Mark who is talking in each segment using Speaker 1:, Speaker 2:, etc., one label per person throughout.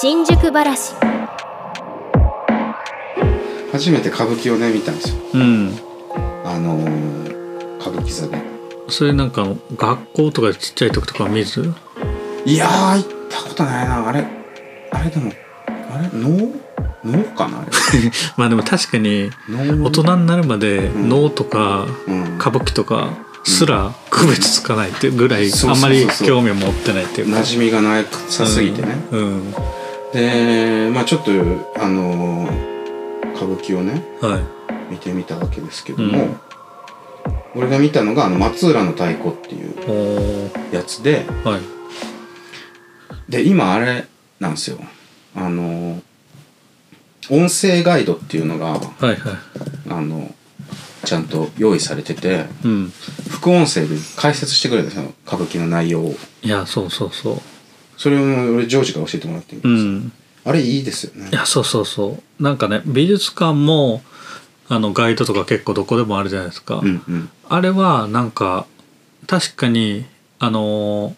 Speaker 1: 新宿ばらし
Speaker 2: 初めて歌舞伎をね見たんですよ
Speaker 3: うん
Speaker 2: あのー歌舞伎座で
Speaker 3: それなんか学校とかちっちゃい時とか見ず
Speaker 2: いやー行ったことないなあれあれでもあれ能能かなあ
Speaker 3: まあでも確かに
Speaker 2: れ能
Speaker 3: 大人になるまで
Speaker 2: ん
Speaker 3: 能とか
Speaker 2: うん
Speaker 3: 歌舞伎とかすら区別つかないっていうぐらい
Speaker 2: そう
Speaker 3: あ
Speaker 2: そ
Speaker 3: ん
Speaker 2: うそ
Speaker 3: ま
Speaker 2: うそう
Speaker 3: り興味を持ってないっていうか
Speaker 2: 馴染みがないさすぎてね、
Speaker 3: うん、うん
Speaker 2: でまあちょっとあのー歌舞伎をね
Speaker 3: はい
Speaker 2: 見てみたわけですけども、
Speaker 3: うん
Speaker 2: 俺が見たのがあの松浦の太鼓っていう
Speaker 3: おー
Speaker 2: やつで
Speaker 3: はい
Speaker 2: で今あれなんですよあのー音声ガイドっていうのが
Speaker 3: はいはい
Speaker 2: あのちゃんと用意されてて
Speaker 3: うん
Speaker 2: 副音声で解説してくれるんですよ歌舞伎の内容を
Speaker 3: いやそうそうそう
Speaker 2: それも俺ジョージから教えてもらってるんで
Speaker 3: う
Speaker 2: す、
Speaker 3: ん
Speaker 2: あれいいですよね
Speaker 3: いやそうそうそうなんかね美術館もあのガイドとか結構どこでもあるじゃないですか、
Speaker 2: うんうん
Speaker 3: あれはなんか確かにあの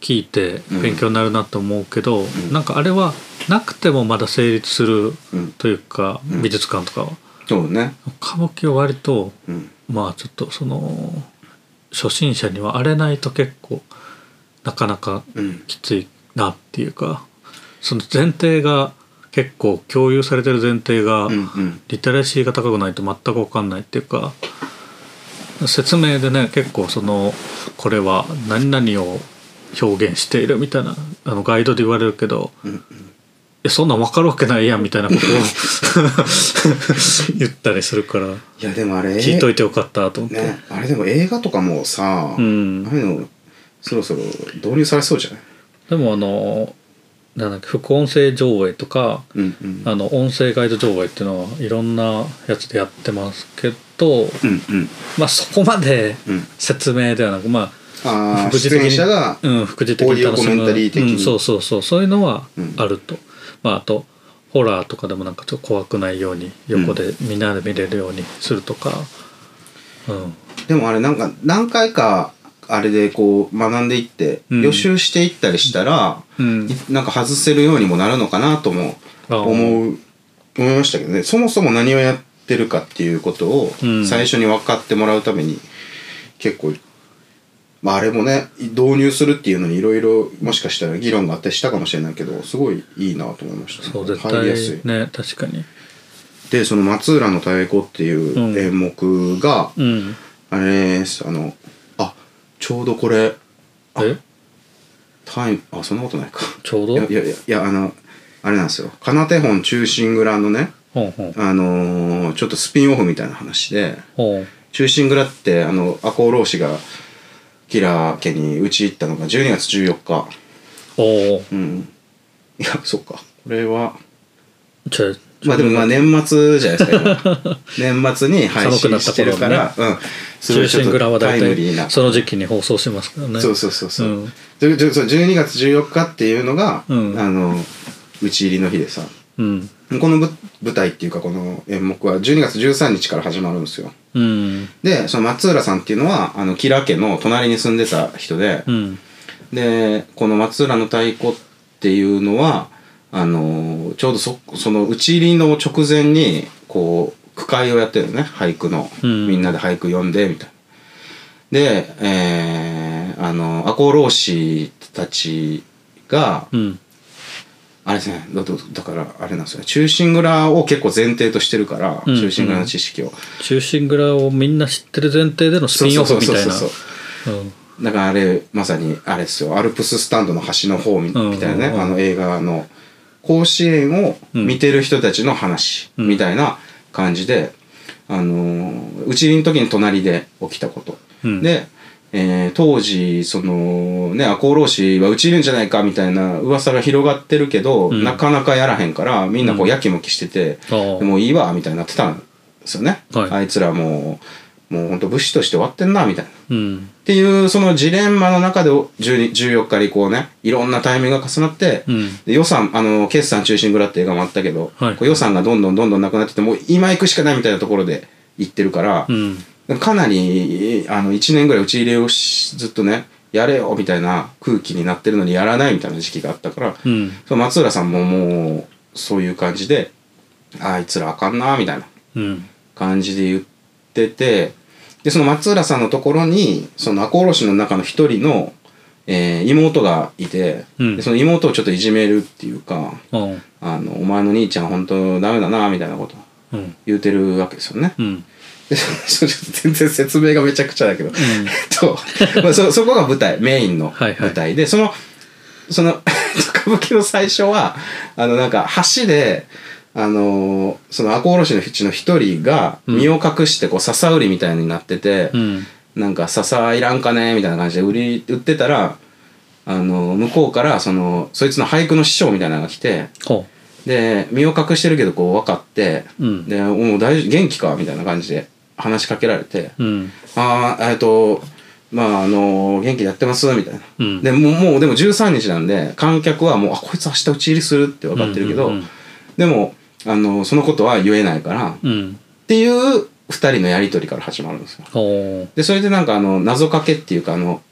Speaker 3: ー聞いて勉強になるなと思うけど、
Speaker 2: ん
Speaker 3: なんかあれはなくてもまだ成立する
Speaker 2: うん
Speaker 3: というか、
Speaker 2: うん
Speaker 3: 美術館とかは
Speaker 2: そうね
Speaker 3: 歌舞伎は割と
Speaker 2: うん
Speaker 3: まあちょっとその初心者には荒れないと結構なかなか
Speaker 2: うん
Speaker 3: きついなっていうかその前提が結構共有されてる前提が、
Speaker 2: うんうん
Speaker 3: リテラシーが高くないと全く分かんないっていうか説明でね結構そのこれは何々を表現しているみたいなあのガイドで言われるけど
Speaker 2: うん
Speaker 3: えそんなん分かるわけないやんみたいなことを 言ったりするから
Speaker 2: いやでもあれ
Speaker 3: 聞いといてよかったと思って、
Speaker 2: ねあれでも映画とかもさ、
Speaker 3: うん
Speaker 2: ああいうのそろそろ導入されそうじゃない
Speaker 3: でもあのなんだっけ副音声上映とか
Speaker 2: うんうん
Speaker 3: あの音声ガイド上映っていうのはいろんなやつでやってますけど、
Speaker 2: うんうん
Speaker 3: まあそこまで
Speaker 2: うん
Speaker 3: 説明ではなくまあ
Speaker 2: ああ
Speaker 3: 副次
Speaker 2: 出
Speaker 3: 的に
Speaker 2: 演者が
Speaker 3: うん、副次的に楽しむ
Speaker 2: オーディオコメンタリー的に
Speaker 3: うん、そうそうそうそういうのは
Speaker 2: うん
Speaker 3: あると、まあ、あとホラーとかでもなんかちょっと怖くないように横でみんなで見れるようにするとか、うん
Speaker 2: でもあれなんか何回かあれでこう学んでいって、
Speaker 3: うん
Speaker 2: 予習していったりしたら、
Speaker 3: うん
Speaker 2: いなんか外せるようにもなるのかなとも
Speaker 3: あー
Speaker 2: 思う思いましたけどねそもそも何をやってるかっていうことを
Speaker 3: うん
Speaker 2: 最初に分かってもらうために結構、まあ、あれもね導入するっていうのにいろいろもしかしたら議論があってしたかもしれないけどすごいいいなと思いました、
Speaker 3: そう絶
Speaker 2: 入りやすい
Speaker 3: 対ね確かに
Speaker 2: でその「松浦の太鼓」っていう演目が、
Speaker 3: うん
Speaker 2: あれですあのあちょうどこれ
Speaker 3: え
Speaker 2: タイムあそんなことないか
Speaker 3: ちょう
Speaker 2: い
Speaker 3: ど
Speaker 2: やいやいやいやあのあれなんですよ「かな手本忠臣蔵」のね
Speaker 3: ほんほん
Speaker 2: あのーちょっとスピンオフみたいな話で
Speaker 3: ほん
Speaker 2: 忠臣蔵ってあの赤穂浪士がキラー家に討ち入ったのが12月14日
Speaker 3: おお
Speaker 2: うんいやそっかこれは
Speaker 3: じゃ
Speaker 2: まあでもまあ年末じゃないですか 今年末に配
Speaker 3: 寒く
Speaker 2: 信
Speaker 3: なった
Speaker 2: し
Speaker 3: 頃
Speaker 2: て
Speaker 3: ね
Speaker 2: るから、うんすご
Speaker 3: 中
Speaker 2: いちょっ
Speaker 3: 心グラは
Speaker 2: とタ
Speaker 3: 大
Speaker 2: イムリー
Speaker 3: 体
Speaker 2: な
Speaker 3: その時期に放送しますからね
Speaker 2: そうそうそうそう。
Speaker 3: うん
Speaker 2: でじゅそう12月14日っていうのが、
Speaker 3: うん
Speaker 2: あの打ち入りの日でさ
Speaker 3: うん
Speaker 2: このぶ舞台っていうかこの演目は12月13日から始まるんですよ
Speaker 3: うん
Speaker 2: でその松浦さんっていうのはあの吉良家の隣に住んでた人で
Speaker 3: う、ん
Speaker 2: でこの松浦の太鼓っていうのはあのちょうどそその打ち入りの直前にこう句会をやってるのね俳句の、
Speaker 3: うん
Speaker 2: みんなで俳句読んでみたいな。で、えー、あの赤穂浪士たちが、
Speaker 3: うん
Speaker 2: あれですねだだだからあれなんですよね忠臣蔵を結構前提としてるから、
Speaker 3: うん
Speaker 2: 忠臣蔵の知識を。
Speaker 3: 中心グラをみんな知ってる前提でのス
Speaker 2: そう
Speaker 3: ピン
Speaker 2: そ
Speaker 3: オ
Speaker 2: うそ
Speaker 3: フ
Speaker 2: う
Speaker 3: み
Speaker 2: そう
Speaker 3: たい
Speaker 2: そう
Speaker 3: な
Speaker 2: そう
Speaker 3: うん
Speaker 2: だからあれまさにあれですよアルプススタンドの端の方み
Speaker 3: うん
Speaker 2: みたいなね、
Speaker 3: うん
Speaker 2: あの映画の甲子園を見てる人たちの話
Speaker 3: うん
Speaker 2: みたいな感じで、あのーうちの時に隣で起きたこと、
Speaker 3: うん
Speaker 2: で、えー当時そのね赤穂浪士はうちいるんじゃないかみたいな噂が広がってるけど、
Speaker 3: ん
Speaker 2: なかなかやらへんからみんなこうやきもきしてて、
Speaker 3: あー
Speaker 2: もういいわみたいになってたんですよね、
Speaker 3: はい
Speaker 2: あいつらもうもう本当武士として終わってんなみたいな。
Speaker 3: うん
Speaker 2: っていうそのジレンマの中で12 14日にこうねいろんなタイミングが重なって、
Speaker 3: うん
Speaker 2: で予算あの決算中心蔵って映画もあったけど、
Speaker 3: はい
Speaker 2: こう予算がどんどんどんどんなくなっててもう今行くしかないみたいなところで行ってるから
Speaker 3: う、ん
Speaker 2: かなりあの1年ぐらい打ち入れをしずっとねやれよみたいな空気になってるのにやらないみたいな時期があったから、
Speaker 3: うん
Speaker 2: その松浦さんももうそういう感じであいつらあかんなみたいな
Speaker 3: うん
Speaker 2: 感じで言っててでその松浦さんのところにその赤卸の中の一人の、えー妹がいて、
Speaker 3: うん
Speaker 2: でその妹をちょっといじめるっていうか
Speaker 3: うん
Speaker 2: あの「お前の兄ちゃん本当ダメだな」みたいなこと
Speaker 3: うん
Speaker 2: 言うてるわけですよね。
Speaker 3: うん
Speaker 2: でそ ちょっと全然説明がめちゃくちゃだけど、 と、まあ、そそこが舞台メインの
Speaker 3: はいはい
Speaker 2: 舞台で、そのその 歌舞伎の最初はあのなんか橋で。あのーその赤卸のうちの一人が
Speaker 3: うん
Speaker 2: 身を隠してこう笹売りみたいになってて、
Speaker 3: うん
Speaker 2: なんか笹いらんかねみたいな感じで売り売ってたら、あのー向こうからそのそいつの俳句の師匠みたいなのが来て
Speaker 3: ほ
Speaker 2: で身を隠してるけどこう分かって、
Speaker 3: ううん
Speaker 2: で「もう大丈夫元気か?」みたいな感じで話しかけられて
Speaker 3: うん
Speaker 2: 「ああえっとまああの元気でやってます」みたいな。
Speaker 3: うん
Speaker 2: でもうもうでも13日なんで観客はもう「あこいつ明日打ち入りする」って分かってるけど、
Speaker 3: うん
Speaker 2: でもあのそのことは言えないからっ
Speaker 3: うん
Speaker 2: ていう2人のやり取りから始まるんですよ。
Speaker 3: ほ
Speaker 2: でそれでなんかあの謎かけっていうかあの、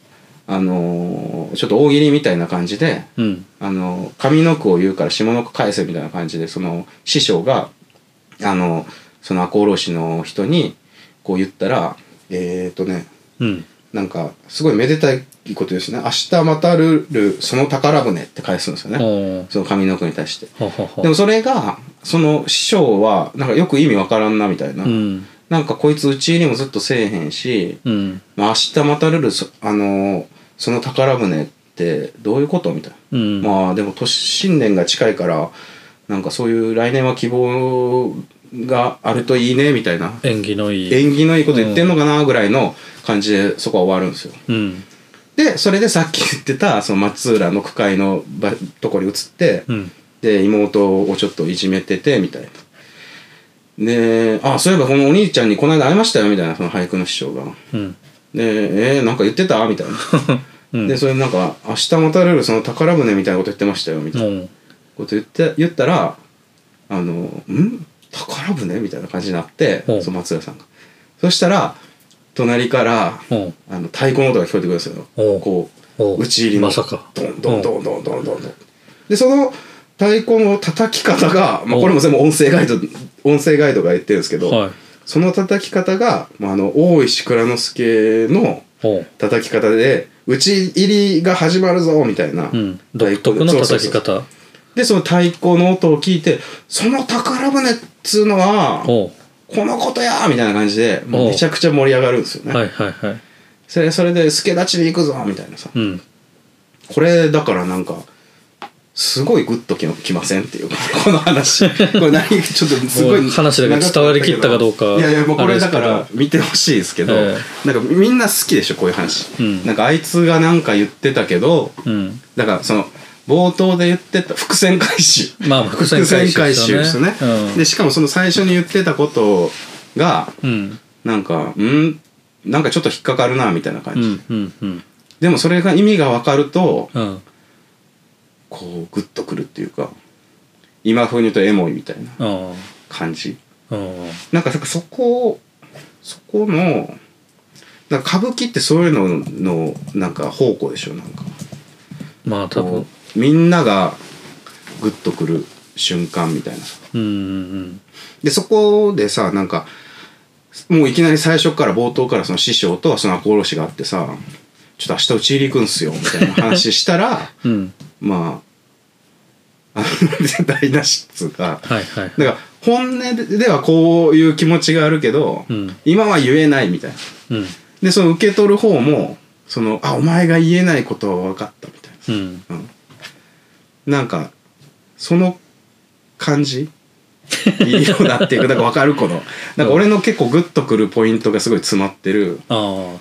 Speaker 2: あのちょっと大喜利みたいな感じで
Speaker 3: ううん
Speaker 2: あの上の句を言うから下の句返せみたいな感じでその師匠があのその赤穂浪士の人にこう言ったらえっ、ー、とね
Speaker 3: うん
Speaker 2: なんかすごいめでたいことですね「明日またるるその宝船」って返すんですよね
Speaker 3: ほ
Speaker 2: その上の句に対して。
Speaker 3: うほうほうほう
Speaker 2: でもそれがその師匠はなんかよく意味わからんなみたいな、
Speaker 3: うん
Speaker 2: なんかこいつうちにもずっとせえへんし
Speaker 3: うん
Speaker 2: 「まあ、明日またるるそあのその宝船」ってどういうことみたいな。
Speaker 3: うん
Speaker 2: まあでも年新年が近いからなんかそういう来年は希望があるといいねみたいな
Speaker 3: 縁起のいい
Speaker 2: 縁起のいいこと言ってんのかなぐらいの感じでそこは終わるんですよ。
Speaker 3: うん
Speaker 2: でそれでさっき言ってたその松浦の区会の場とこに移って
Speaker 3: うん
Speaker 2: で妹をちょっといじめててみたいな。で「あそういえばこのお兄ちゃんにこの間会いましたよ」みたいなその俳句の師匠が。
Speaker 3: うん
Speaker 2: で「えー、なんか言ってた?」みたいな。
Speaker 3: うん
Speaker 2: でそれなんか「明日またれるその宝船みたいなこと言ってましたよ」みたいな。
Speaker 3: も
Speaker 2: こと言って言ったら「あのん宝船?」みたいな感じになって
Speaker 3: ほう
Speaker 2: その松浦さんがそしたら隣から
Speaker 3: うも
Speaker 2: あの太鼓の音が聞こえてくるんですよ
Speaker 3: ほう
Speaker 2: こ
Speaker 3: ほ
Speaker 2: う打ち入りの
Speaker 3: まさか
Speaker 2: ドンドンドンドンドンドンドンでその太鼓の叩き方が、まあ、これも全部音声ガイド音声ガイドが言ってるんですけど、
Speaker 3: はい
Speaker 2: その叩き方が、まあ、あの大石内蔵之助の
Speaker 3: ほう
Speaker 2: 叩き方で打ち入りが始まるぞみたいな、
Speaker 3: うん独特の叩き方
Speaker 2: でその太鼓の音を聞いて「その宝船っつうのはこ
Speaker 3: ほ
Speaker 2: のことや!」みたいな感じでもう
Speaker 3: おう
Speaker 2: めちゃくちゃ盛り上がるんですよ
Speaker 3: う
Speaker 2: ね。
Speaker 3: はいはいはい
Speaker 2: それそれで「助立ちで行くぞ!」みたいなさ
Speaker 3: うん
Speaker 2: これだからなんかすごいグッとききませんっていうか この話これ何ちょっとすご
Speaker 3: もう
Speaker 2: い
Speaker 3: 話だけど伝わりきったかどうか
Speaker 2: いやいやもうこれだか
Speaker 3: あれ
Speaker 2: ら
Speaker 3: で
Speaker 2: 見てほしいですけど、
Speaker 3: え
Speaker 2: なんかみんな好きでしょこういう話、
Speaker 3: うん
Speaker 2: なんかあいつがなんか言ってたけど
Speaker 3: うん
Speaker 2: だからその冒頭で言ってた伏線回収
Speaker 3: まあ伏線回収
Speaker 2: 伏
Speaker 3: ですよね
Speaker 2: ね
Speaker 3: うん
Speaker 2: でしかもその最初に言ってたことが
Speaker 3: うん
Speaker 2: なんかうんなんかちょっと引っかかるなみたいな
Speaker 3: う
Speaker 2: 感じ、
Speaker 3: んうんうん
Speaker 2: でもそれが意味が分かると
Speaker 3: うん
Speaker 2: こうグッとくるっていうか今風に言うとエモいみたいな
Speaker 3: あ
Speaker 2: 感じ
Speaker 3: あうん
Speaker 2: なんかなんかそこをそこのなんか歌舞伎ってそういうののなんか宝庫でしょなんか
Speaker 3: まあ多分
Speaker 2: こうみんながグッとくる瞬間みたいなさ
Speaker 3: うんうん
Speaker 2: でそこでさなんかもういきなり最初から冒頭からその師匠とその赤穂浪士があってさ「ちょっと明日うち入り行くんすよ」みたいな話したら
Speaker 3: うんうん
Speaker 2: まああの 台無しっつうか
Speaker 3: はいはい
Speaker 2: だから本音ではこういう気持ちがあるけど、
Speaker 3: うん
Speaker 2: 今は言えないみたいな
Speaker 3: うん
Speaker 2: でその受け取る方もその「あお前が言えないことは分かった」みたい
Speaker 3: うん
Speaker 2: な、うん、なんかその感じいいよなっていうかなんか分かるこのなんか俺の結構グッとくるポイントがすごい詰まってる
Speaker 3: ああ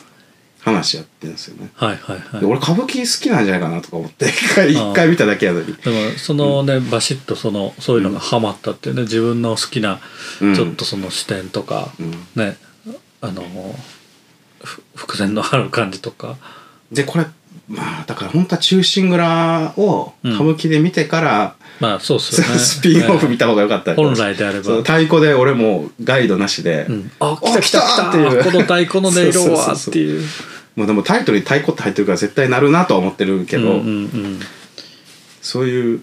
Speaker 2: 話やってるんですよね、
Speaker 3: はいはいはい
Speaker 2: で俺歌舞伎好きなんじゃないかなとか思って一回一回見ただけやのに、
Speaker 3: でもそのね、バシッとそのそういうのがハマったっていうね自分の好きな
Speaker 2: うん
Speaker 3: ちょっとその視点とか、
Speaker 2: うん、
Speaker 3: ねあのふ伏線のある感じとか
Speaker 2: でこれまあだから本当は「忠臣蔵」を
Speaker 3: うん
Speaker 2: 歌舞伎で見てから、
Speaker 3: まあそうっすよね
Speaker 2: スピンオフ
Speaker 3: ね
Speaker 2: 見た方が良かった、
Speaker 3: 本来であれば
Speaker 2: そう太鼓で俺もうガイドなしで、
Speaker 3: うん、あ来た来た来た
Speaker 2: あ来たっていう
Speaker 3: この太鼓の音色は
Speaker 2: そうそうそう
Speaker 3: っていう
Speaker 2: もうでもタイトルに太鼓って入ってるから絶対鳴るなとは思ってるけど、
Speaker 3: うんうん
Speaker 2: そういう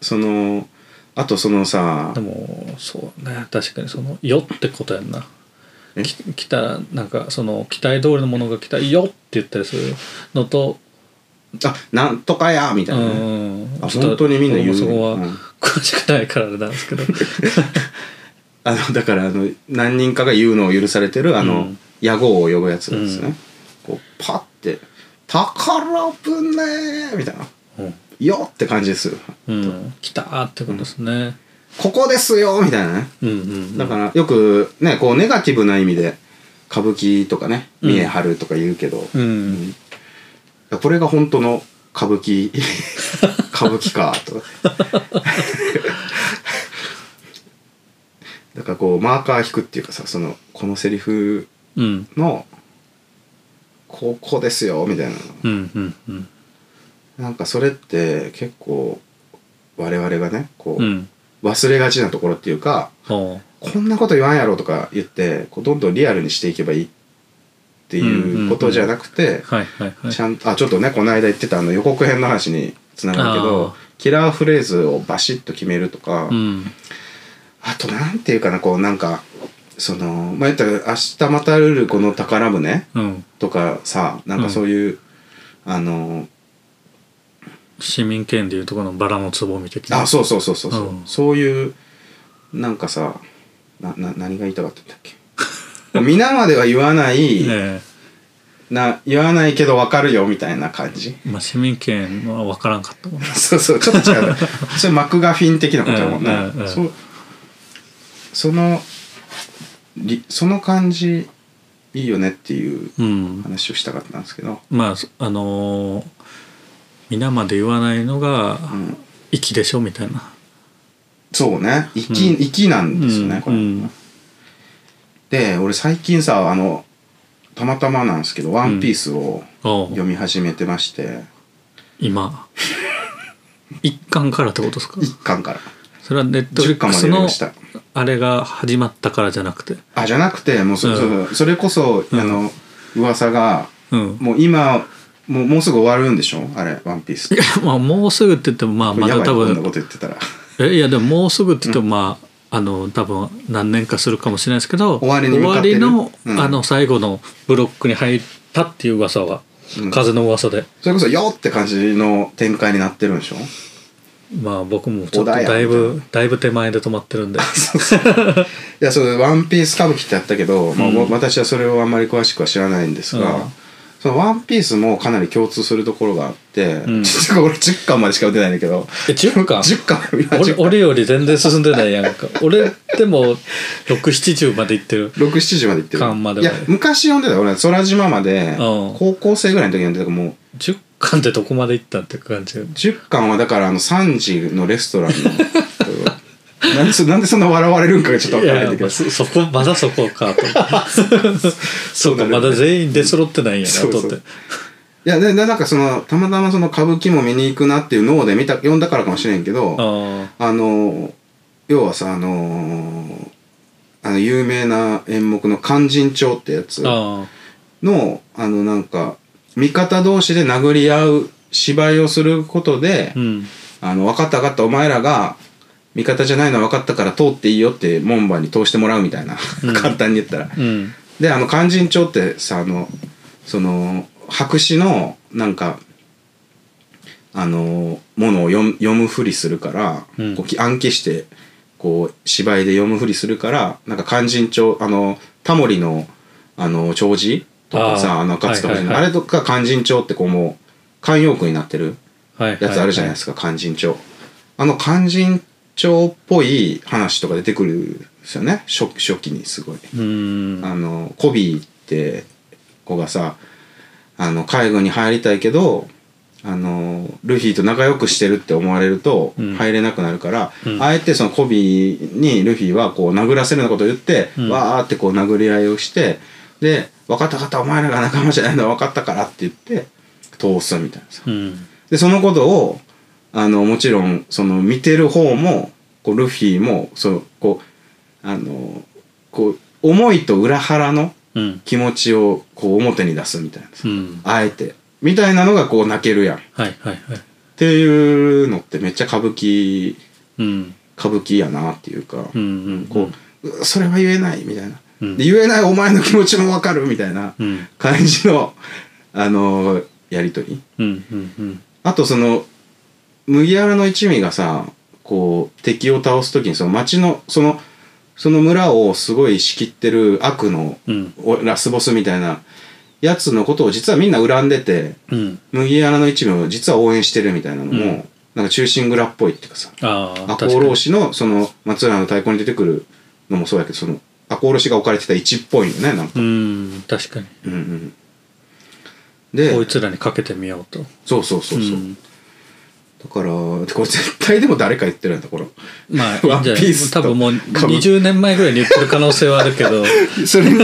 Speaker 2: そのあとそのさ
Speaker 3: うん、でもそうね確かにその「よ」ってことやんな
Speaker 2: え
Speaker 3: き来たらなんかその期待通りのものが来た「よ」って言ったりするのと
Speaker 2: あなんとかやみたいなね、
Speaker 3: うん
Speaker 2: あ本当にみんな言うね
Speaker 3: 僕もそこは
Speaker 2: うん
Speaker 3: 詳しくないからあれなんですけど
Speaker 2: あのだからあの何人かが言うのを許されてるあ
Speaker 3: う
Speaker 2: の、
Speaker 3: ん
Speaker 2: 屋号を呼ぶやつですね、
Speaker 3: うん
Speaker 2: こうパッて「宝船」みたいな
Speaker 3: うん
Speaker 2: 「よ」って感じですよ
Speaker 3: うん来たーってことですね
Speaker 2: ここですよみたいなね
Speaker 3: うんうん
Speaker 2: だからよくねこうネガティブな意味で歌舞伎とかね
Speaker 3: うん
Speaker 2: 見え張るとか言うけど、
Speaker 3: うん
Speaker 2: これが本当の歌舞伎歌舞伎かとだからこうマーカー引くっていうかさそのこのセリフ
Speaker 3: うん
Speaker 2: のここですよみたいなの
Speaker 3: うんうんうん
Speaker 2: なんかそれって結構我々がねこ
Speaker 3: う
Speaker 2: うん忘れがちなところっていうか、
Speaker 3: おう
Speaker 2: こんなこと言わんやろとか言ってこうどんどんリアルにしていけばいいっていうことじゃなくて、
Speaker 3: はいはいはい
Speaker 2: ちゃんあちょっとねこの間言ってたあの予告編の話につながるけ
Speaker 3: あ
Speaker 2: ど
Speaker 3: ー
Speaker 2: キラーフレーズをバシッと決めるとか、
Speaker 3: うん
Speaker 2: あとなんていうかなこうなんかそのまあ言ったら「明日またるるこの宝船
Speaker 3: うん」
Speaker 2: とかさなんかそういう、あの
Speaker 3: 市民権でいうとこのバラの壺みたいな
Speaker 2: あそうそうそうそうそう、
Speaker 3: うん
Speaker 2: そういうなんかさなな何が言いたかったんだっけ 皆までは言わ ない、
Speaker 3: え
Speaker 2: な言わないけど分かるよみたいな感じ
Speaker 3: えまあ市民権は分からんかったもんね
Speaker 2: そうそうちょっと違うねそれマクガフィン的なことだもんね、
Speaker 3: うんうんうん
Speaker 2: そうそのりその感じいいよねっていう
Speaker 3: うん
Speaker 2: 話をしたかったんですけど、
Speaker 3: まあそあのー皆まで言わないのが
Speaker 2: うん、
Speaker 3: 粋でしょみたいな
Speaker 2: そうね粋き、
Speaker 3: うん
Speaker 2: 粋なんですよね、
Speaker 3: うん
Speaker 2: これ、
Speaker 3: うん
Speaker 2: で俺最近さあのたまたまなんですけど「ワンピースを
Speaker 3: おう
Speaker 2: 読み始めてまして、
Speaker 3: 今一巻からってことですか
Speaker 2: 一巻から
Speaker 3: それはネットフリ
Speaker 2: 10巻
Speaker 3: ック
Speaker 2: まで
Speaker 3: ス
Speaker 2: 読み
Speaker 3: の
Speaker 2: ました
Speaker 3: あれが始まったからじゃなくて
Speaker 2: あじゃなくてもうそ,、
Speaker 3: うん
Speaker 2: そうそれこそ、
Speaker 3: うん
Speaker 2: あの噂が
Speaker 3: うん
Speaker 2: もう今もうもうすぐ終わるんでしょあれ「ワンピース
Speaker 3: いや まあもうすぐって言ってもまあ
Speaker 2: これ
Speaker 3: ま
Speaker 2: やばい
Speaker 3: だ多
Speaker 2: こんなこ
Speaker 3: 分
Speaker 2: と言ってたら
Speaker 3: えいやでももうすぐって言ってもまあ、あの多分何年かするかもしれないですけど
Speaker 2: 終わりに向かってる
Speaker 3: 終わ
Speaker 2: う
Speaker 3: りの、
Speaker 2: ん
Speaker 3: あの最後のブロックに入ったっていう噂は、
Speaker 2: うん
Speaker 3: 風の噂で
Speaker 2: それこそ「よ」って感じの展開になってるんでしょ
Speaker 3: まあ僕もちょっと
Speaker 2: 小田屋
Speaker 3: だいぶだいぶ手前で止まってる んで
Speaker 2: いやそれ「ワンピース歌舞伎ってやったけど、まあわ私はそれをあんまり詳しくは知らないんですが、
Speaker 3: うん
Speaker 2: その「ワンピースもかなり共通するところがあって、
Speaker 3: ん
Speaker 2: ちょっと俺10巻までしか打てないんだけど
Speaker 3: え10巻
Speaker 2: 10巻
Speaker 3: 俺俺より全然進んでないやんか俺でも670まで行ってる
Speaker 2: 6,7時まで行ってる
Speaker 3: 巻まで
Speaker 2: いや
Speaker 3: まで
Speaker 2: 昔読んでた俺空島まで
Speaker 3: うん
Speaker 2: 高校生ぐらいの時に読んでたからもう
Speaker 3: 10巻ってどこまで行ったって感じ
Speaker 2: 10巻はだからあの3時のレストラン のなんでそなんでそんな笑われるんかがちょっと
Speaker 3: い
Speaker 2: 分からないんだ
Speaker 3: や
Speaker 2: け
Speaker 3: ま
Speaker 2: ど
Speaker 3: あそそこまだそこか とそう
Speaker 2: な
Speaker 3: か
Speaker 2: るよね
Speaker 3: まだ全員出揃ってないんやなと
Speaker 2: そう
Speaker 3: 思
Speaker 2: そ
Speaker 3: っ
Speaker 2: う
Speaker 3: て
Speaker 2: いやででなんかそのたまたまその歌舞伎も見に行くなっていう脳で見た読んだからかもしれんけどあ
Speaker 3: あ
Speaker 2: の要はさあのあの有名な演目の「勧進帳」ってやつ
Speaker 3: ーあ
Speaker 2: のあのなんか味方同士で殴り合う芝居をすることで、
Speaker 3: ーうん
Speaker 2: あの分かった分かったお前らが味方じゃないのは分かったから通っていいよって門番に通してもらうみたいな、
Speaker 3: う ん
Speaker 2: 簡単に言ったら。
Speaker 3: うん
Speaker 2: であの勧進帳ってさあのその白紙のなんかあのものを読む読むふりするから、
Speaker 3: うん
Speaker 2: こうき暗記してこう芝居で読むふりするからなんか勧進帳あのタモリのあの弔辞とかさ
Speaker 3: あー
Speaker 2: あの赤塚不二夫の
Speaker 3: はいはいはい
Speaker 2: あれとか勧進帳ってこうもう慣用句になってる
Speaker 3: はい
Speaker 2: やつあるじゃないですか勧進帳あの勧進帳っぽい話とか出てくるんですよね初初期にすごい。
Speaker 3: はいうん
Speaker 2: あのコビーって子がさあの海軍に入りたいけどあのルフィと仲良くしてるって思われると
Speaker 3: うん
Speaker 2: 入れなくなるから、
Speaker 3: うん
Speaker 2: あえてそのコビーにルフィはこう殴らせるようなことを言って、
Speaker 3: うん
Speaker 2: わーってこう殴り合いをしてで「分かった分かったお前らが仲間じゃないのは分かったから」って言って通すみたいなさ。
Speaker 3: うん
Speaker 2: でそのことをあのもちろんその見てる方もこうルフィもそうこうあのこう思いと裏腹の
Speaker 3: うん
Speaker 2: 気持ちをこう表に出すみたいなさ
Speaker 3: うん
Speaker 2: あえてみたいなのがこう泣けるやんっ
Speaker 3: はいはいはい
Speaker 2: ていうのってめっちゃ歌舞伎
Speaker 3: うん
Speaker 2: 歌舞伎やなっていうか、
Speaker 3: うんうん
Speaker 2: こううそれは言えないみたいな、
Speaker 3: うん
Speaker 2: で言えないお前の気持ちもわかるみたいな
Speaker 3: うん
Speaker 2: 感じの、あのやり取り
Speaker 3: うんうんうん
Speaker 2: あとその麦わらの一味がさこう敵を倒す時にその町のそのその村をすごい仕切ってる悪の
Speaker 3: うん
Speaker 2: おラスボスみたいなやつのことを実はみんな恨んでて
Speaker 3: うん
Speaker 2: 麦わらの一味を実は応援してるみたいなのも、
Speaker 3: うん
Speaker 2: なんか忠臣蔵っぽいっていうかさ
Speaker 3: ああ
Speaker 2: 赤穂浪士のその松浦の太鼓に出てくるのもそうやけどその赤穂浪士が置かれてた位置っぽいよねなんか、
Speaker 3: うん確かに
Speaker 2: うんうん、で
Speaker 3: こいつらにかけてみようと
Speaker 2: そうそうそうそう、
Speaker 3: ん
Speaker 2: だからこれ絶対でも誰か言ってるんだ これ
Speaker 3: まあいいんじゃ
Speaker 2: ワン
Speaker 3: な
Speaker 2: ピ
Speaker 3: い
Speaker 2: ースと
Speaker 3: 多分もう
Speaker 2: かぶ
Speaker 3: 20年前ぐらいに言ってる可能性はある けど
Speaker 2: それに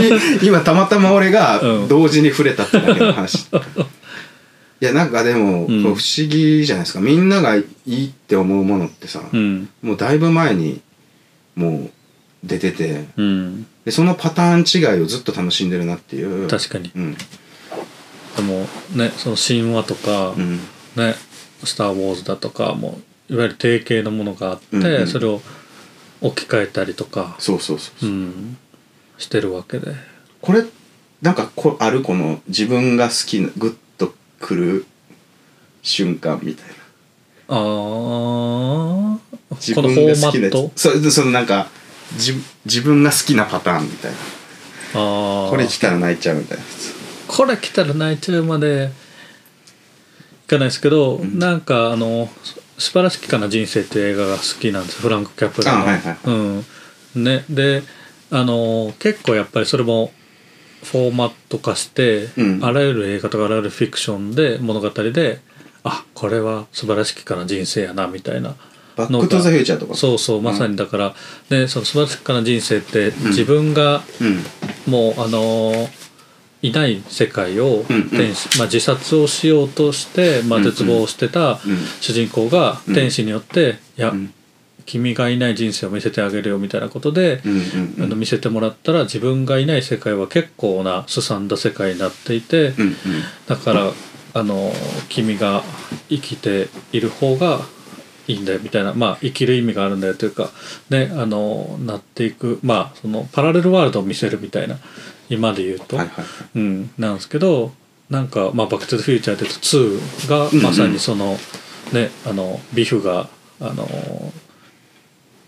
Speaker 2: 今たまたま俺が
Speaker 3: うん
Speaker 2: 同時に触れたってだけの 話いやなんかでも、
Speaker 3: うん
Speaker 2: こう不思議じゃないですかみんながいいって思うものってさ、
Speaker 3: うん
Speaker 2: もうだいぶ前にもう出てて
Speaker 3: うん
Speaker 2: でそのパターン違いをずっと楽しんでるなっていう
Speaker 3: 確かに
Speaker 2: うん
Speaker 3: でもねその神話とか、
Speaker 2: うん
Speaker 3: ね「スター・ウォーズ」だとかもういわゆる定型のものがあって、
Speaker 2: うんうん
Speaker 3: それを置き換えたりとか、
Speaker 2: そうそうそう、
Speaker 3: うん、してるわけで
Speaker 2: これなんかこあるこの自分が好きなグッとくる瞬間みたいな
Speaker 3: ああこ
Speaker 2: 自
Speaker 3: の
Speaker 2: 分
Speaker 3: フォ
Speaker 2: が
Speaker 3: ーマ
Speaker 2: 好きなや
Speaker 3: ット
Speaker 2: つそうそのなんかじ自分が好きなパターンみたいな
Speaker 3: ああ
Speaker 2: これ来たら泣いちゃうみたいなやつ
Speaker 3: これ来たら泣いちゃうまでいかないですけど、
Speaker 2: ん
Speaker 3: なんかあの「素晴らしきかな人生」っていう映画が好きなんですフランク・キャプラの。
Speaker 2: あはいはいはい
Speaker 3: うんね、であの結構やっぱりそれもフォーマット化して、
Speaker 2: うん
Speaker 3: あらゆる映画とかあらゆるフィクションで物語であこれは素晴らしきかな人生やなみたいな。
Speaker 2: バック・トゥ・ザ・フューチャーとか
Speaker 3: そうそうまさにだから、ね、その素晴らしきかな人生って自分が、
Speaker 2: うん
Speaker 3: もうあのーいない世界を
Speaker 2: うんうん
Speaker 3: 天使、まあ、自殺をしようとして、まあ、
Speaker 2: うんうん
Speaker 3: 絶望してた
Speaker 2: うん
Speaker 3: 主人公が
Speaker 2: うん
Speaker 3: 天使によって「いや、
Speaker 2: うん
Speaker 3: 君がいない人生を見せてあげるよ」みたいなことで、
Speaker 2: うんう
Speaker 3: あ
Speaker 2: んう
Speaker 3: の
Speaker 2: ん
Speaker 3: 見せてもらったら自分がいない世界は結構なすさんだ世界になっていて、
Speaker 2: うん
Speaker 3: だからあの君が生きている方がいいんだよみたいなまあ生きる意味があるんだよというかねあのなっていくまあそのパラレルワールドを見せるみたいな今で言う
Speaker 2: う
Speaker 3: と、
Speaker 2: んはいはいはい
Speaker 3: うん、なんですけどなんか「まあ、バック・トゥ・ザ・フューチャー」で言うと2がまさにその、ねあのビフがあの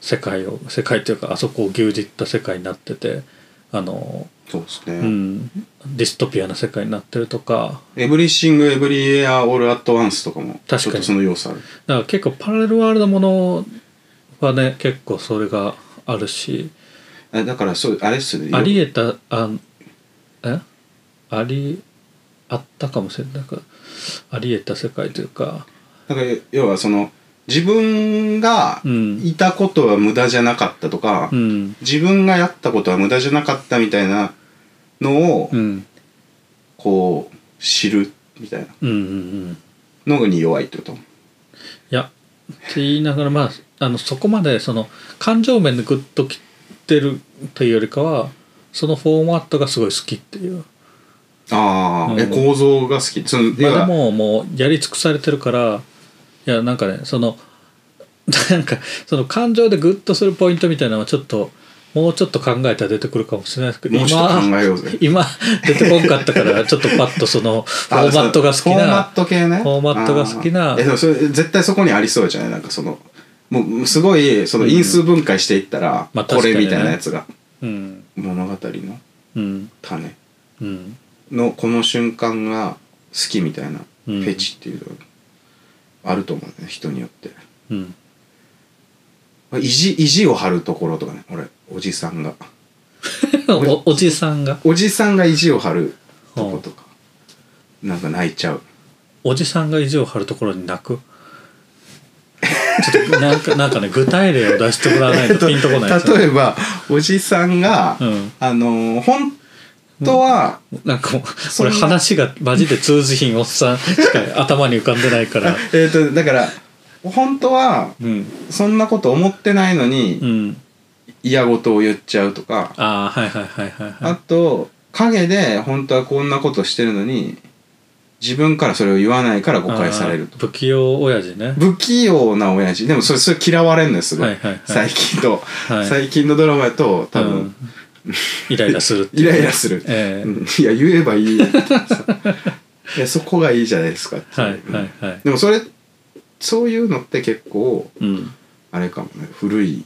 Speaker 3: 世界を世界というかあそこを牛耳った世界になっててあの、
Speaker 2: そうですね、
Speaker 3: うん、ディストピアな世界になってるとか
Speaker 2: エブリシング・エブリエア・オール・アット・ワンスとかも
Speaker 3: 確かに
Speaker 2: ちょっとその要素ある
Speaker 3: だから結構パラレルワールドものはね結構それがあるし
Speaker 2: あだからそうあれっすね
Speaker 3: ありえたあんえありあったかもしれないなんかありえた世界というか
Speaker 2: だから要はその自分が
Speaker 3: うん
Speaker 2: いたことは無駄じゃなかったとか、
Speaker 3: うん
Speaker 2: 自分がやったことは無駄じゃなかったみたいなのを
Speaker 3: うん
Speaker 2: こう知るみたいな
Speaker 3: うんうんうん
Speaker 2: のに弱いってこと
Speaker 3: いやって言いながらまああのそこまでその感情面でグッときてるというよりかはそのフォーマットがすごい好きっていう
Speaker 2: ああ、
Speaker 3: うん
Speaker 2: え構造が好きその、
Speaker 3: まあ、で
Speaker 2: 要は
Speaker 3: ももうやり尽くされてるからいやなんかねその なんかその感情でグッとするポイントみたいなのはちょっともうちょっと考えたら出てくるかもしれないですけど
Speaker 2: もうちょっと考
Speaker 3: 今
Speaker 2: えようぜ
Speaker 3: 今出てこんかっ たからちょっとパッとそのフ
Speaker 2: あ
Speaker 3: ォーマットが好き
Speaker 2: フォーマ
Speaker 3: な
Speaker 2: ット系ね
Speaker 3: フォーマットが好きな
Speaker 2: あーえでもそれ絶対そこにありそうじゃないなんかそのもうすごいその因数分解していったら、
Speaker 3: まあ
Speaker 2: これ
Speaker 3: 確かにね
Speaker 2: みたいなやつが、
Speaker 3: うん
Speaker 2: 物語の
Speaker 3: うん
Speaker 2: 種
Speaker 3: うん
Speaker 2: のこの瞬間が好きみたいなフ
Speaker 3: うん
Speaker 2: ェチっていうのがあると思うね人によって
Speaker 3: うん
Speaker 2: 意地意地を張るところとかね俺おじさんが
Speaker 3: おおじさんが
Speaker 2: おじさんが意地を張るとことか、なんか泣いちゃう
Speaker 3: おじさんが意地を張るところに 泣くちょっとなんかなんかね具体例を出してもらわないとピンとこないですよね
Speaker 2: 例えばおじさんが、
Speaker 3: うん
Speaker 2: あのー本当は、
Speaker 3: なんかもう
Speaker 2: そん
Speaker 3: 俺
Speaker 2: な
Speaker 3: 話がマジで通じひんおっさんしか頭に浮かんでな いから
Speaker 2: えっ、とだから本当は
Speaker 3: うん
Speaker 2: そんなこと思ってないの
Speaker 3: う
Speaker 2: に
Speaker 3: ん
Speaker 2: 嫌事を言っちゃうとか、
Speaker 3: ああはいはいはいはいは
Speaker 2: あ
Speaker 3: い
Speaker 2: と陰で本当はこんなことしてるのに自分からそれを言わないから誤解される
Speaker 3: あ
Speaker 2: と
Speaker 3: ー不器用親父ね
Speaker 2: 不器用な親父でもそれそれ嫌われるのよすごい,、
Speaker 3: はいはいはい
Speaker 2: 最近と、
Speaker 3: はい
Speaker 2: 最近のドラマやと多分、
Speaker 3: うんイライラす るっていう
Speaker 2: イライラする、
Speaker 3: ええ
Speaker 2: うんいや言えばい いやんいやそこがいいじゃないですかっていう
Speaker 3: はいはいはい
Speaker 2: でもそれそういうのって結構
Speaker 3: うん
Speaker 2: あれかもね古い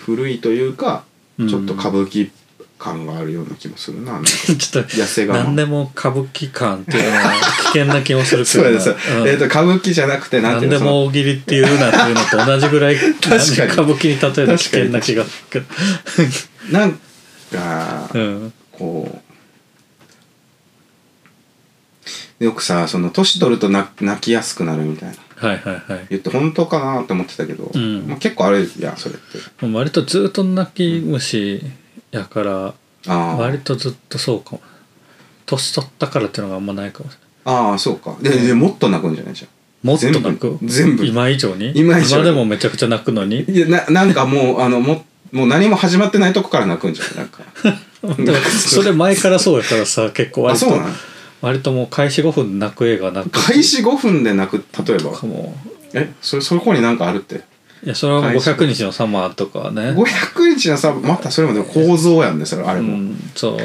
Speaker 2: 古いというか
Speaker 3: うん
Speaker 2: ちょっと歌舞伎感があるような気もする ななんか
Speaker 3: ちょっと
Speaker 2: 痩せ我慢
Speaker 3: 何でも歌舞伎感っていうのは危険な気もするけ
Speaker 2: そ
Speaker 3: ど
Speaker 2: う
Speaker 3: な
Speaker 2: です、
Speaker 3: うん
Speaker 2: えっ、と歌舞伎じゃなくてなんて
Speaker 3: 何
Speaker 2: いうの
Speaker 3: で
Speaker 2: その
Speaker 3: も大喜利っていうなっていうのと同じぐ らい確
Speaker 2: かに
Speaker 3: 歌舞伎に例えたら危険な気がする
Speaker 2: なんか
Speaker 3: けどうん
Speaker 2: こうよくさその年取るとな泣きやすくなるみたいな
Speaker 3: はいはいはい
Speaker 2: 言って本当かなと思ってたけど、
Speaker 3: うん
Speaker 2: まあ、結構あれやんそれって
Speaker 3: もう割とずっと泣き虫やから
Speaker 2: あー
Speaker 3: 割とずっとそうかも年取ったからっていうのがあんまないかもしれない
Speaker 2: あーそうかででもっと泣くんじゃないじゃん
Speaker 3: もっと泣く
Speaker 2: 全部全部
Speaker 3: 今以上に
Speaker 2: 今以上に
Speaker 3: でもめちゃくちゃ泣くのに
Speaker 2: いやななんかもう あのももう何も始まってないとこから泣くんじゃんなんか
Speaker 3: でもそれ前からそうやからさ結構
Speaker 2: あ
Speaker 3: 割
Speaker 2: そう
Speaker 3: と
Speaker 2: なの
Speaker 3: 割ともう開始5分で泣く映画泣く
Speaker 2: 開始5分で泣く例えば
Speaker 3: かも
Speaker 2: えそれそこになんかあるって
Speaker 3: いやそれは500日のサマーとかね
Speaker 2: 500日のさまたそれもでも構造やんねそれあれ
Speaker 3: う
Speaker 2: も、
Speaker 3: ん、そう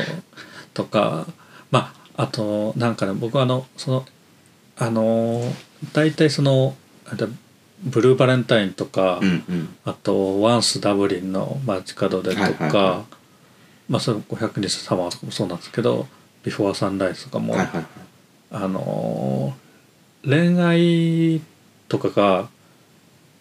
Speaker 3: とかまああとなんかね僕はあのそのあのー大体そのあれだブルーバレンタインとか、
Speaker 2: うんうん
Speaker 3: あと「ワンスダブリンの街角で」とか、
Speaker 2: はいはいは
Speaker 3: まあその「500日サマー」とかもそうなんですけど「ビフォーサンライズ」とかも、
Speaker 2: はいはいはい
Speaker 3: あのー恋愛とかが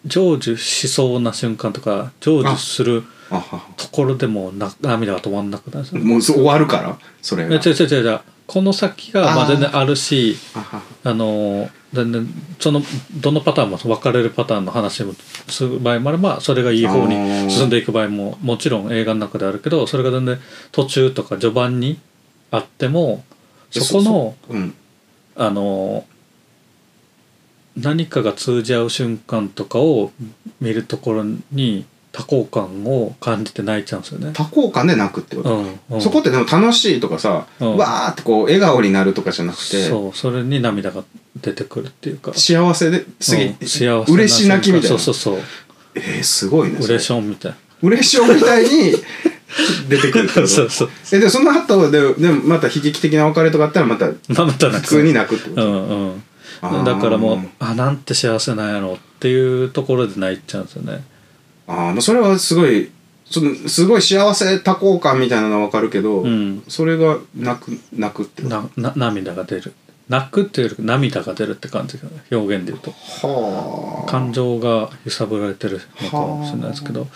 Speaker 3: 成就しそうな瞬間とか成就する
Speaker 2: あはは
Speaker 3: ところでもな涙が止まんなくなるんですよ
Speaker 2: もうそう終わるからそれ
Speaker 3: いや
Speaker 2: が
Speaker 3: 違う違う違う違うこの先が
Speaker 2: あ
Speaker 3: まあ
Speaker 2: ー
Speaker 3: 全然あるし
Speaker 2: あは
Speaker 3: あの全然そのどのパターンも別れるパターンの話もする場合もあればそれがいい方
Speaker 2: あ
Speaker 3: に
Speaker 2: ー
Speaker 3: 進んでいく場合ももちろん映画の中であるけどそれが全然途中とか序盤にあってもそこの
Speaker 2: うん
Speaker 3: あの何かが通じ合う瞬間とかを見るところに多幸感を感じて泣いちゃうんですよね。
Speaker 2: 多幸感で泣くってこと、
Speaker 3: うんうん
Speaker 2: そこってでも楽しいとかさ、
Speaker 3: うん
Speaker 2: わーってこう笑顔になるとかじゃなくて
Speaker 3: そうそれに涙が出てくるっていうか
Speaker 2: 幸せで次、
Speaker 3: うん幸せ
Speaker 2: 嬉し泣きみたいな
Speaker 3: そうそうそう
Speaker 2: えー、すごいねそれ
Speaker 3: 嬉しょんみたい
Speaker 2: 嬉しょみたいに出てくるってこと
Speaker 3: な そうそう
Speaker 2: えでその後ででもまた悲劇的な別れとかあったらまた普
Speaker 3: まあまた普
Speaker 2: 通に泣くってこ
Speaker 3: う
Speaker 2: と、
Speaker 3: ん
Speaker 2: あ
Speaker 3: うん
Speaker 2: ー
Speaker 3: だからもうあなんて幸せなんやろっていうところで泣いちゃうんですよね
Speaker 2: ああまあそれはすごいそのすごい幸せ多幸感みたいなのはわかるけど、
Speaker 3: うん
Speaker 2: それが泣く泣くってこと
Speaker 3: なな涙が出る泣くっていうより涙が出るって感じが表現で言うと
Speaker 2: はあ
Speaker 3: 感情が揺さぶられてるのかもしれないですけど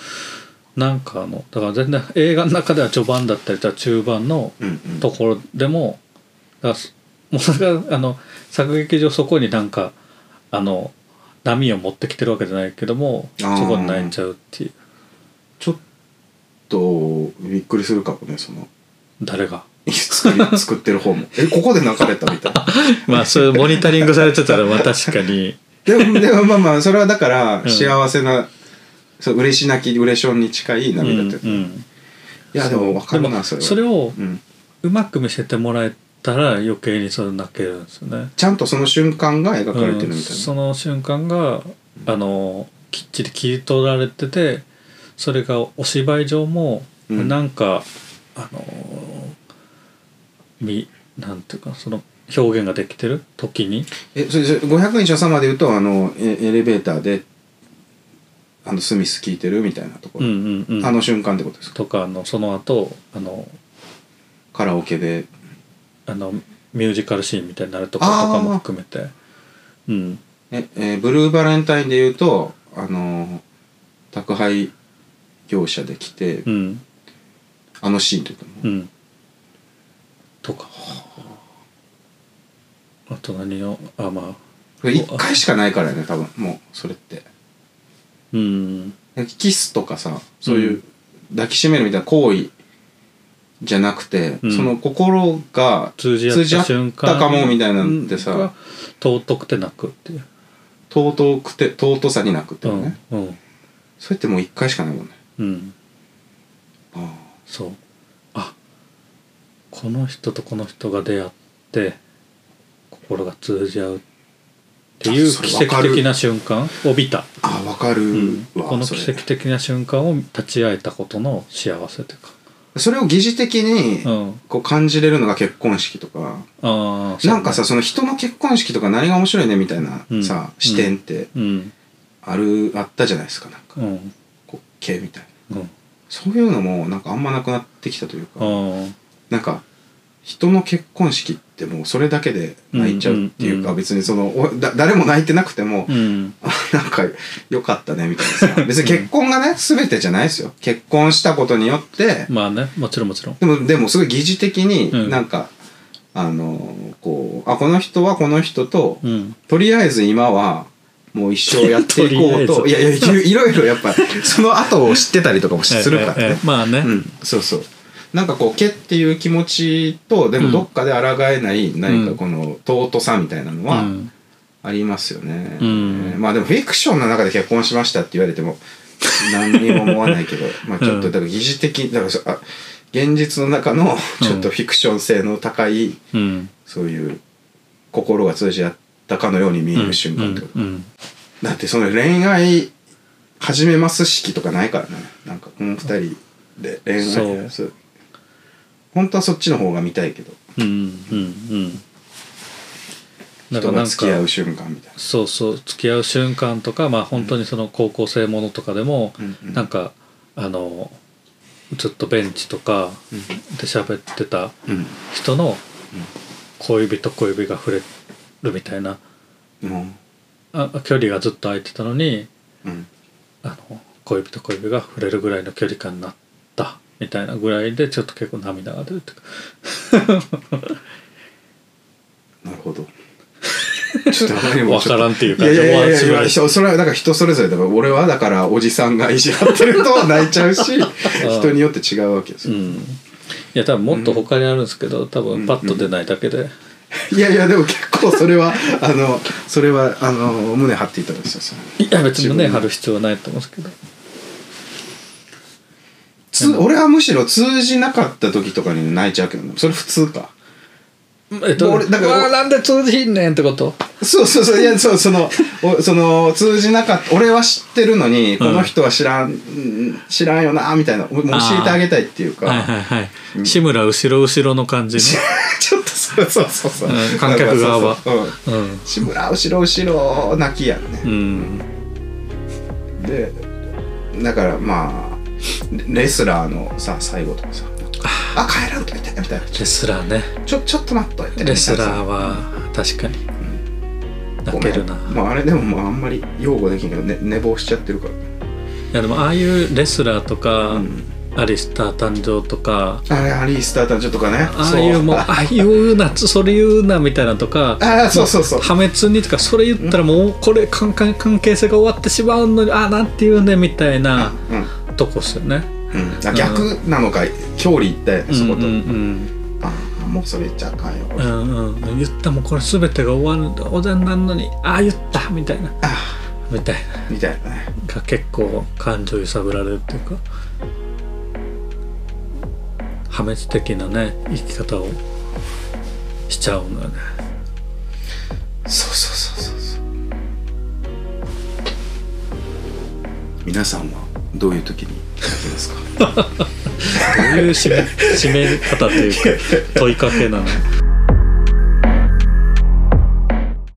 Speaker 3: なんかあのだから全然映画の中では序盤だったりとか中盤の
Speaker 2: うんうん
Speaker 3: ところでもだからそもうなんかあの作劇上そこになんかあの波を持ってきてるわけじゃないけどもそ
Speaker 2: あー
Speaker 3: こに泣いちゃうっていう
Speaker 2: ちょっとびっくりするかもねその
Speaker 3: 誰が
Speaker 2: 作 り作ってる方もえここで泣かれたみたいな
Speaker 3: まあそういうモニタリングされてたらまあ確かに
Speaker 2: で もでもまあまあそれはだから
Speaker 3: ん
Speaker 2: 幸せな、そう嬉し泣き嬉しょんに近い
Speaker 3: うん
Speaker 2: 涙って、
Speaker 3: う
Speaker 2: い
Speaker 3: ん
Speaker 2: やでも分かる
Speaker 3: で
Speaker 2: な
Speaker 3: も
Speaker 2: それは
Speaker 3: それを
Speaker 2: うん、
Speaker 3: うまく見せてもらえたら余計にそれ泣けるんですよね
Speaker 2: ちゃんとその瞬間が描かれてるみたいな、
Speaker 3: うんその瞬間があのきっちり切り取られててそれがお芝居上も、
Speaker 2: うん
Speaker 3: なんかあのみなんていうかその表現ができてる時に
Speaker 2: えそれそれ500日の様で言うとあのエエレベーターであのスミス聞いてるみたいなとこ
Speaker 3: う
Speaker 2: ろ、
Speaker 3: んうんうん
Speaker 2: あの瞬間ってことですか
Speaker 3: とかあのその後あの
Speaker 2: カラオケで
Speaker 3: あのミュージカルシーンみたいになるとことかも
Speaker 2: あー
Speaker 3: 含めて、うん、
Speaker 2: え、えーブルーバレンタインで言うとあのー宅配業者で来て、
Speaker 3: うん
Speaker 2: あのシーンってこと思う
Speaker 3: うんとかあと何をあまあ
Speaker 2: これ1回しかないからね多分もうそれって
Speaker 3: うん
Speaker 2: キスとかさそういう抱きしめるみたいな行為じゃなくて、
Speaker 3: うん
Speaker 2: その心が
Speaker 3: 通じ合
Speaker 2: 通
Speaker 3: っ
Speaker 2: じ合
Speaker 3: た
Speaker 2: った
Speaker 3: 瞬間
Speaker 2: かもみたいなんてさ
Speaker 3: が尊くて泣くっていう、
Speaker 2: 尊くて尊さになくって
Speaker 3: う
Speaker 2: ね、
Speaker 3: んうん
Speaker 2: それってもう1回しかないもんね
Speaker 3: うん
Speaker 2: あ
Speaker 3: そうあここの人とこの人が出会って心が通じ合うっていう
Speaker 2: あそれ
Speaker 3: 奇
Speaker 2: わか
Speaker 3: 跡
Speaker 2: る
Speaker 3: 的な瞬間を見た、
Speaker 2: あわかるわ、
Speaker 3: この
Speaker 2: それ
Speaker 3: 奇跡的な瞬間を立ち会えたことの幸せというか、
Speaker 2: それを疑似的に
Speaker 3: うん、
Speaker 2: こう感じれるのが結婚式とか、
Speaker 3: あー
Speaker 2: なんかさその人の結婚式とか何が面白いねみたいな
Speaker 3: うん
Speaker 2: さ、視点って
Speaker 3: そうねうん
Speaker 2: あるあったじゃないですかなんか
Speaker 3: うん
Speaker 2: こう系みたいな
Speaker 3: うん
Speaker 2: そういうのもなんかあんまなくなってきたという
Speaker 3: あ
Speaker 2: か、
Speaker 3: ー
Speaker 2: なんか人の結婚式ってもうそれだけで泣いちゃうっていうか、
Speaker 3: うんうんうん
Speaker 2: 別にそのおだ誰も泣いてなくても、
Speaker 3: うん
Speaker 2: あ なんか良かったねみたいな さ別に結婚がね全てじゃないですよ結婚したことによって
Speaker 3: まあねもちろんもちろん
Speaker 2: でもでもすごい疑似的
Speaker 3: う
Speaker 2: に
Speaker 3: ん
Speaker 2: なんか、あのこうあこの人はこの人と、
Speaker 3: うん
Speaker 2: とりあえず今はもう一生やっていこうと
Speaker 3: と
Speaker 2: い
Speaker 3: りあ
Speaker 2: やいやいろいろいろやっぱその後を知ってたりとかもしするからね、
Speaker 3: ええええまあね、
Speaker 2: うん、そうそうなんかこう「け」っていう気持ちとでもどっかで抗えない何かこの尊さみたいなのは
Speaker 3: うん
Speaker 2: ありますよね、
Speaker 3: うん
Speaker 2: まあでもフィクションの中で結婚しましたって言われても何にも思わないけ どまあちょっとだから疑似的だからそあ現実の中のちょっとフィクション性の高い
Speaker 3: うん
Speaker 2: そういう心が通じ合ったかのように見える瞬間ってこと、
Speaker 3: うんうん
Speaker 2: だってその恋愛始めます式とかないからねなんかこの二人で恋愛
Speaker 3: そう
Speaker 2: う本当はそっちの方が見たいけど
Speaker 3: うんうんうん
Speaker 2: 人が付き合う瞬間みたい
Speaker 3: そうそう付き合う瞬間とかまあ本当にその高校生ものとかでも、
Speaker 2: なうんうん
Speaker 3: なんかあのずっとベンチとかで喋ってた
Speaker 2: うん
Speaker 3: 人の小指と小指が触れるみたいな
Speaker 2: うん
Speaker 3: あ距離がずっと空いてたのに
Speaker 2: うん
Speaker 3: あの小指と小指が触れるぐらいの距離感になったみたいなぐらいでちょっと結構涙が出るっていうか
Speaker 2: なるほ どちょっとあまりにも
Speaker 3: わからんっていうか
Speaker 2: いやいやいやいやい
Speaker 3: 終わ
Speaker 2: や
Speaker 3: ら
Speaker 2: そそれはだから人それぞれだから俺はだからおじさんがいじらってると泣いちゃう し人によって違うわけです
Speaker 3: う
Speaker 2: よ、
Speaker 3: んいや多分もっと他にあるんですけど、多分パッと出ないだけで、
Speaker 2: いやいやでも結構それはあのそれはあの胸張っていたんですよそれ
Speaker 3: いや別に
Speaker 2: 自
Speaker 3: ね
Speaker 2: 分の
Speaker 3: 貼る必要はないと思うんですけど
Speaker 2: つ俺はむしろ通じなかった時とかに泣いちゃうけどねそれ普通か
Speaker 3: えっと、
Speaker 2: 俺だから
Speaker 3: うわなんで通じひんねんってこと
Speaker 2: そうそうそういやそうそのおその通じなかった俺は知ってるのにこの人は知らん、うん知らんよなみたいなもう教えてあげたいっていうか、
Speaker 3: いはい、志村後ろ後ろの感 じ
Speaker 2: ちょっとそうそうそうそう、
Speaker 3: うん観客側は
Speaker 2: そうそうそううん
Speaker 3: のうん
Speaker 2: 志村後ろ後ろ泣きやんね
Speaker 3: う、ん
Speaker 2: でだからまあレレスラーのさ最後とかさ「あ帰らんといて」みたいな
Speaker 3: レスラーね
Speaker 2: 「ちょちょっと待っといて」
Speaker 3: レスラー
Speaker 2: ー
Speaker 3: は確かに泣けるな、
Speaker 2: まあ、あれでもまああんまり擁護できんけど、ね、寝坊しちゃってるから
Speaker 3: いやでもああいうレスラーとか、
Speaker 2: うん
Speaker 3: アリスター誕生とか
Speaker 2: あれハリー・スター誕生とかね
Speaker 3: ああいうもう
Speaker 2: あ
Speaker 3: ああいうなそれ言うなみたいなとか
Speaker 2: あそうそうそう
Speaker 3: 破滅にとかそれ言ったらもうこれ関関関係性が終わってしまうのにああなんて言うねみたいな
Speaker 2: うん
Speaker 3: とこっすよね。
Speaker 2: うん、あ逆なのか表裏一体そこと、
Speaker 3: うんうん
Speaker 2: ああもうそれ言っちゃあかんよ、
Speaker 3: うんうんうん言ったもうこれ全てが終わるおじゃんなんのにああ言ったみたいな
Speaker 2: あ
Speaker 3: みたいな
Speaker 2: みたいなね
Speaker 3: が結構感情揺さぶられるっていうか破滅的なね生き方をしちゃうのよね。
Speaker 2: そうそうそうそうそう皆さんはどういう時に泣きますか
Speaker 3: どういう締め締め方というか問いかけなの。